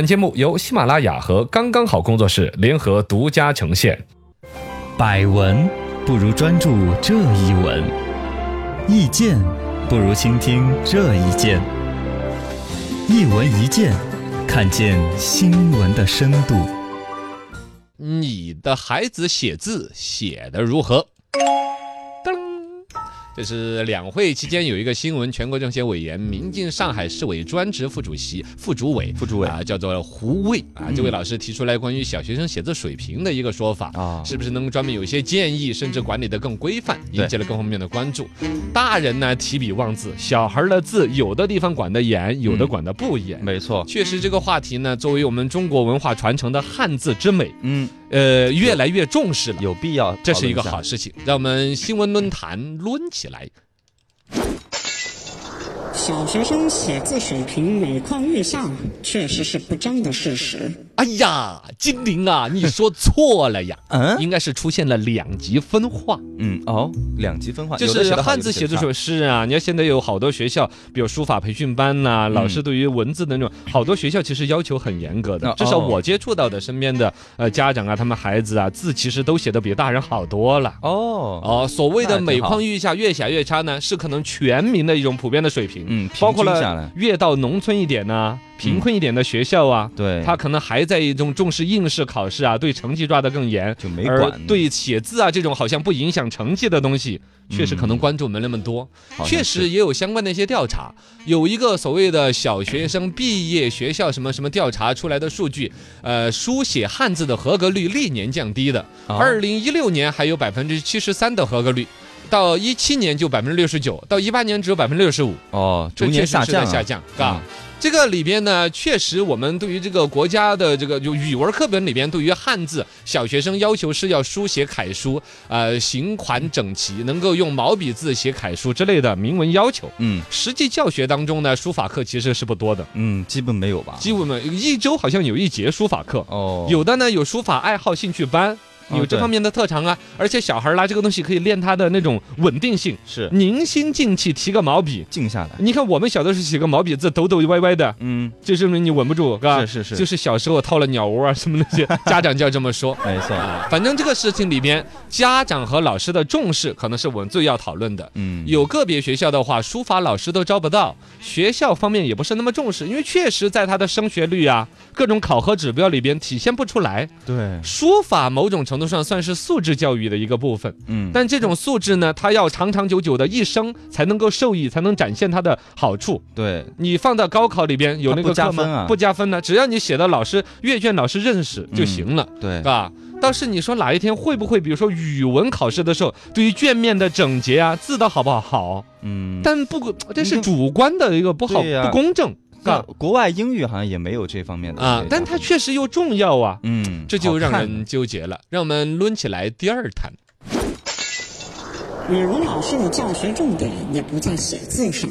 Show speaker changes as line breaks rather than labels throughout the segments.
本节目由喜马拉雅和刚刚好工作室联合独家呈现。
百闻不如专注这一闻，意见不如倾听这一见。一闻一见，看见新闻的深度。
你的孩子写字写得如何？噔，这是两会期间有一个新闻，全国政协委员、民进上海市委专职副主席、副主委、
副主委
啊，叫做胡卫啊，这位老师提出来关于小学生写字水平的一个说法
啊
是不是能专门有一些建议，甚至管理得更规范，
对
引起了各方面的关注。大人呢提笔忘字，小孩儿的字有的地方管得严，有的
嗯
管得不严。
没错，
确实，这个话题呢，作为我们中国文化传承的汉字之美，
嗯，
呃，越来越重视了，
有必要，
这是一个好。事情，让我们新闻论坛抡起来。
小学生写字水平每况愈下，确实是不争的事实。
哎呀，精灵啊，你说错了呀，
嗯
应该是出现了两极分化，
嗯，哦，两极分化，
就
有的
是
写得好
汉字写作水是啊，你看现在有好多学校，比如书法培训班呐、老师对于文字的那种，好多学校其实要求很严格的
嗯哦，
至少我接触到的身边的呃家长啊，他们孩子啊，字其实都写的比大人好多了。
哦，
哦，所谓
那
的
挺
每
好
况愈下、越写越差呢，是可能全民的一种普遍的水平，
嗯
包括
平均下
了
来嗯
越到农村一点呢、啊贫困一点的学校啊。
对，
他可能还在一种重视应试考试啊，对成绩抓得更严，
就没
而
管
对写字啊这种好像不影响成绩的东西，确实可能关注没那么多。
嗯好像
确
是
实也有相关的一些调查，有一个所谓的小学生毕业学校什么什么调查出来的数据，呃，书写汉字的合格率历年降低的，
哦
二零一六年还有百分之七十三的合格率。到一七年就百分之六十九，到一八年只有百分之六十五，
哦，逐
这确
年
实
下
是在
降啊，
下降，啊。这个里边呢，确实我们对于这个国家的这个就语文课本里边对于汉字，小学生要求是要书写楷书，呃，行款整齐，能够用毛笔字写楷书之类的明文要求。
嗯
实际教学当中呢，书法课其实是不多的，
嗯，基本没有吧？
基本没有一周好像有一节书法课，
哦，
有的呢有书法爱好兴趣班。
哦
有这
对
方面的特长啊，而且小孩儿拿这个东西可以练他的那种稳定性，
是
凝心静气提个毛笔。
静下来，
你看我们小的时候写个毛笔字抖抖歪歪的，
嗯，
就证明你稳不住，是吧？
是是是
就是小时候套了鸟窝啊什么那些，家长就要这么 说。
没错，
啊，反正这个事情里边，家长和老师的重视可能是我们最要讨论的。
嗯，
有个别学校的话，书法老师都招不到，学校方面也不是那么重视，因为确实在他的升学率啊、各种考核指标里边体现不出来。
对，
书法某种程度上算是素质教育的一个部分，
嗯，
但这种素质呢，它要长长久久的一生才能够受益，才能展现它的好处。
对，
你放到高考里边有那
它
个
不加
课吗
分啊
不加分呢，只要你写的老师阅卷老师认识就行了，
对
是，吧？倒是你说哪一天会不会，比如说语文考试的时候，对于卷面的整洁啊，字的好不好好，
嗯，
但不，这是主观的一个不好、
对呀
不公正，是
但
吧？
国外英语好像也没有这方面的
啊
这，个
但它确实又重要啊，
嗯，
这就
好
让
看
人纠结了。让我们抡起来第二谈。
语文老师的教学重点也不在写字上，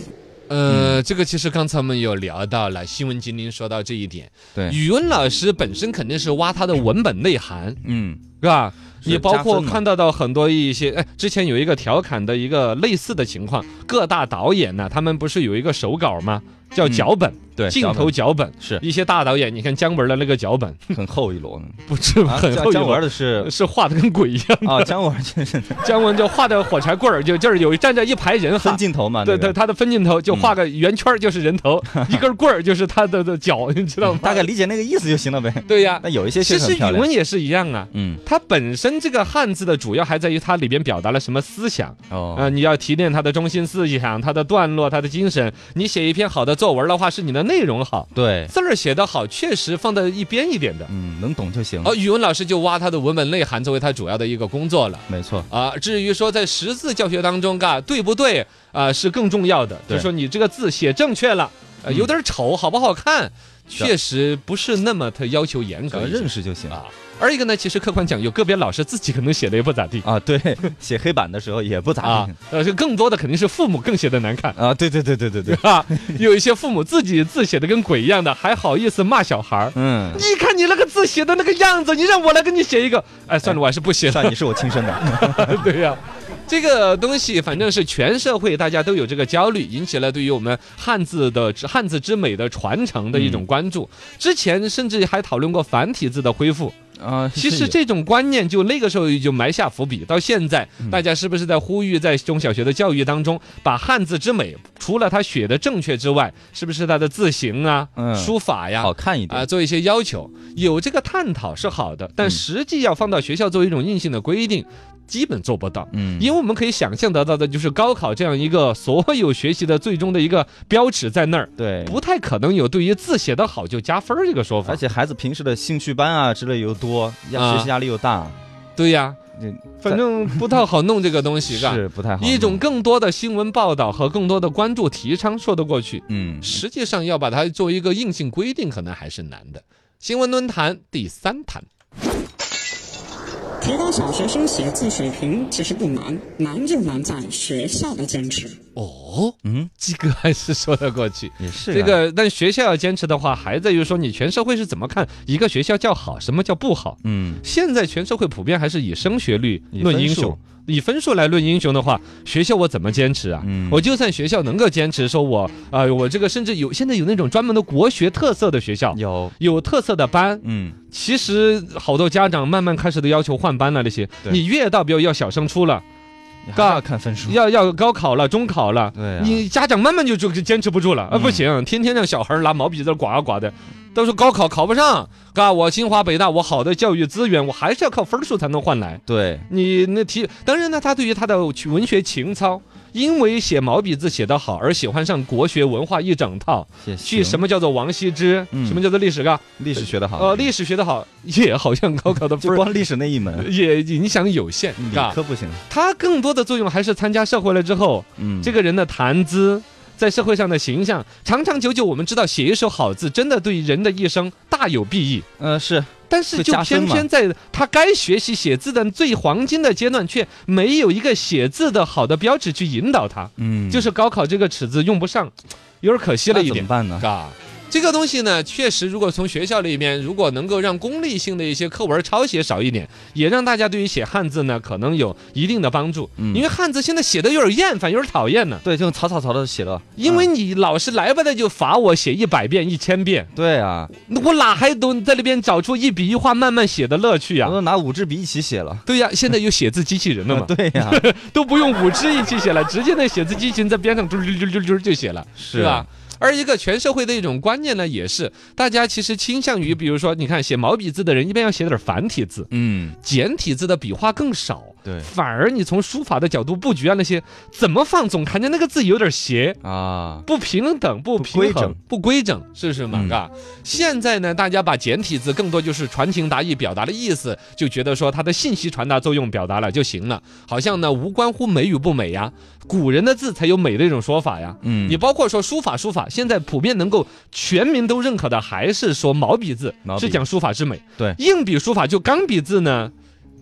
呃，这个其实刚才我们有聊到了，新闻精灵说到这一点，
对，
语文老师本身肯定是挖他的文本内涵，
嗯，
是吧？
是
也包
加
括
分嘛
看到到很多一些，哎，之前有一个调侃的一个类似的情况，各大导演呢，他们不是有一个手稿吗？叫
嗯
脚本，
对，
镜
脚
头
本
脚本
是
一些大导演，你看姜文的那个脚本，
很厚一 摞呢，
不是
啊
很
姜
厚一
姜文
摞，
的是
是画的跟鬼一样。
啊，姜文先生
姜文就画的火柴棍儿，就就是有站着一排人
分
哈。
镜头嘛，
对
啊
对，
那个，嗯
他的分镜头就画个圆圈儿就是人 头，一根棍儿就是他的的脚，你知道吗？
大概理解那个意思就行了呗。
对呀，
但有一些确
其
实
实
很漂
语
亮，
文也是一样啊。
嗯，
它本身这个汉字的主要还在于它里边表达了什么思想啊、
哦，
你要提炼它的中心思想、它的段落、它的精神。你写一篇好的作文的话，是你的内容好，
对，
字儿写得好，确实放在一边一点的。
嗯，能懂就行，
而语文老师就挖它的文本内涵作为他主要的一个工作了。
没错，
啊，至于说在识字教学当中，嘎对不对啊，是更重要的。就
对嗯
说你这个字写正确了，呃，有点丑，好不好看，确实不是那么他要求严
只
格
要
一些，
认识就行
啊。而一个呢，其实客观讲，有个别老师自己可能写的也不咋 地
啊。对，写黑板的时候也不咋
啊
地，
呃，这更多的肯定是父母更写的难看。
啊，对对对对对对，
啊，有一些父母自己字写的跟鬼一样的，还好意思骂小孩儿。
嗯，
你看你那个字写的那个样子，你让我来给你写一个，哎，算了，我还是不写了。
算你是我亲生的，
对呀、这个东西反正是全社会大家都有这个焦虑，引起了对于我们汉字的汉字之美的传承的一种关注。之前甚至还讨论过繁体字的恢复。
啊，
其
是
实
有
这种观念就那个时候就埋下伏笔，到现在
嗯
大家是不是在呼吁，在中小学的教育当中，把汉字之美，除了它写的正确之外，是不是它的字形啊、
嗯
书法呀
好、看一
啊、
点，
做一些要求，有这个探讨是好的，但
嗯
实际要放到学校作为一种硬性的规定，基本做不到。
嗯，
因为我们可以想象得到的就是高考这样一个所有学习的最终的一个标尺在那儿，
对，
不太可能有对于字写得好就加分儿这个说法
而。且孩子平时的兴趣班啊之类又
啊
多，压学习压力又大，
对呀，
这
反正不太好弄这个东西，嘎。
是不太好弄。
一种更多的新闻报道和更多的关注提倡说得过去，
嗯，
实际上要把它作为一个硬性规定，可能还是难的。新闻论坛第三弹。
提高小学生写字水平其实不难，难就难在学校的坚持。
哦，
嗯，
这个还是说得过去。
也是
这
啊
个，但学校要坚持的话，还在于说你全社会是怎么看一个学校叫好，什么叫不好。
嗯，
现在全社会普遍还是以升学率
以
论
分
英
数
雄，以分数来论英雄的话，学校我怎么坚持啊？
嗯
我就算学校能够坚持，说我啊、呃我这个甚至有现在有那种专门的国学特色的学校。
有，
有特色的班，
嗯，
其实好多家长慢慢开始都要求换班了。那些
对嗯
你越到比如要小升初了，
你还
嘎
要看分数，
要要高考了、中考了，
对啊嗯
你家长慢慢就就坚持不住了啊！不行，天天让小孩儿拿毛笔在那刮啊刮的，都说高考考不上，嘎，我清华北大我好的教育资源，我还是要靠分数才能换来。
对，
你那题，当然呢，他对于他的呃文学情操，因为写毛笔字写得好而喜欢上国学文化一整套，
也
去
行
什么叫做王羲之，
嗯
什么叫做历史嘎，
历史学得好，
呃，历史学得好，也好像高考的
就
分儿
光历史那一门，
也影响有限，
嗯理
嘎。
科不行，
他更多的作用还是参加社会了之后，
嗯，
这个人的谈资，在社会上的形象，长长久久，我们知道写一手好字，真的对人的一生大有裨益。
嗯是
但是就
会加分
偏
嘛
偏在他该学习写字的最黄金的阶段，却没有一个写字的好的标尺去引导他，
嗯，
就是高考这个尺子用不上，有点可惜了
那
一
怎
点
么。办呢？
啊，这个东西呢，确实，如果从学校里面，如果能够让功利性的一些课文抄写少一点，也让大家对于写汉字呢，可能有一定的帮助。
嗯
因为汉字现在写的有点厌烦，有点讨厌呢。
对，就用草草草的写了，
因为
嗯
你老是来不得就罚我写一百遍、一千遍，
对啊，
那我哪还都在那边找出一笔一画慢慢写的乐趣呀、
我都拿五支笔一起写了，
对呀、现在有写字机器人了
啊
嘛，
对呀，
都不用五支一起写了，直接那写字机器人在边上嘟嘟嘟嘟嘟就写了。
是啊
是吧？？而一个全社会的一种观念呢，也是大家其实倾向于，比如说，你看写毛笔字的人一般要写点繁体字，
嗯，
简体字的笔画更少。
对
反而你从书法的角度布局啊，那些怎么放总看见那个字有点斜。
啊，
不平等，不平衡，
规整
不规整，是不是嘛？
嗯
嘎、现在呢，大家把简体字更多就是传情达意，表达的意思，就觉得说它的信息传达作用表达了就行了，好像呢无关乎美与不美呀，古人的字才有美的一种说法呀。
嗯
你包括说书法，书法现在普遍能够全民都认可的，还是说毛笔字
毛笔
是讲书法之美。
对
硬笔书法就钢笔字呢，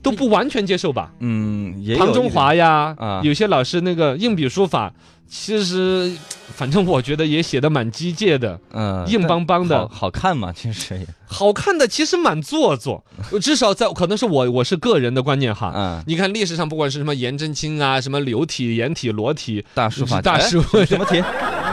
都不完全接受吧。
嗯，也有
唐中
一点
华呀，
啊
有些老师那个硬笔书法，其实反正我觉得也写的蛮机械的，
嗯，
硬邦邦的
但好好看嘛，其实也，
好看的其实蛮做 作。至少在可能是我我是个人的观念哈。
嗯，
你看历史上不管是什么颜真卿啊，什么刘体、颜体、罗体，
大书法
大
哎
书
什么题？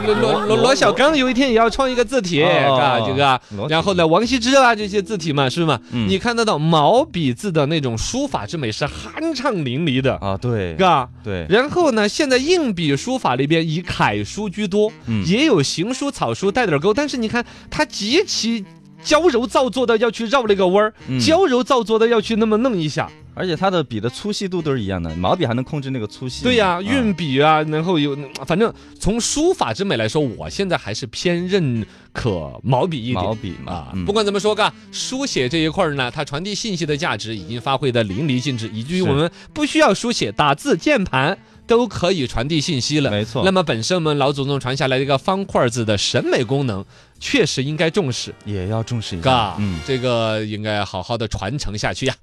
罗罗罗罗小刚有一天也要创一个字体，
哦
嘎这个啊
罗，体
然后呢，王羲之啊这些字体嘛，是吗？
嗯
你看得到毛笔字的那种书法之美是酣畅淋漓的，
啊，对，
嘎。
对，
然后呢，现在硬笔书法里边以楷书居多，
嗯
也有行书、草书带点勾，但是你看它极其。娇柔造作的要去绕那个弯儿，
嗯
娇柔造作的要去那么弄一下，
而且它的笔的粗细度都是一样的，毛笔还能控制那个粗细嘛。
对呀、
嗯
运笔啊，然后有，反正从书法之美来说，我现在还是偏认可毛笔一点。
毛笔嘛
啊，，
嗯
不管怎么说，嘎，书写这一块儿呢，它传递信息的价值已经发挥的淋漓尽致，以至于
是
我们不需要书写，打字、键盘都可以传递信息了。
没错
那么本身我们老祖宗传下来这个方块字的审美功能，确实应该重视，
也要重视一下
嘎，
嗯，
这个应该好好的传承下去呀。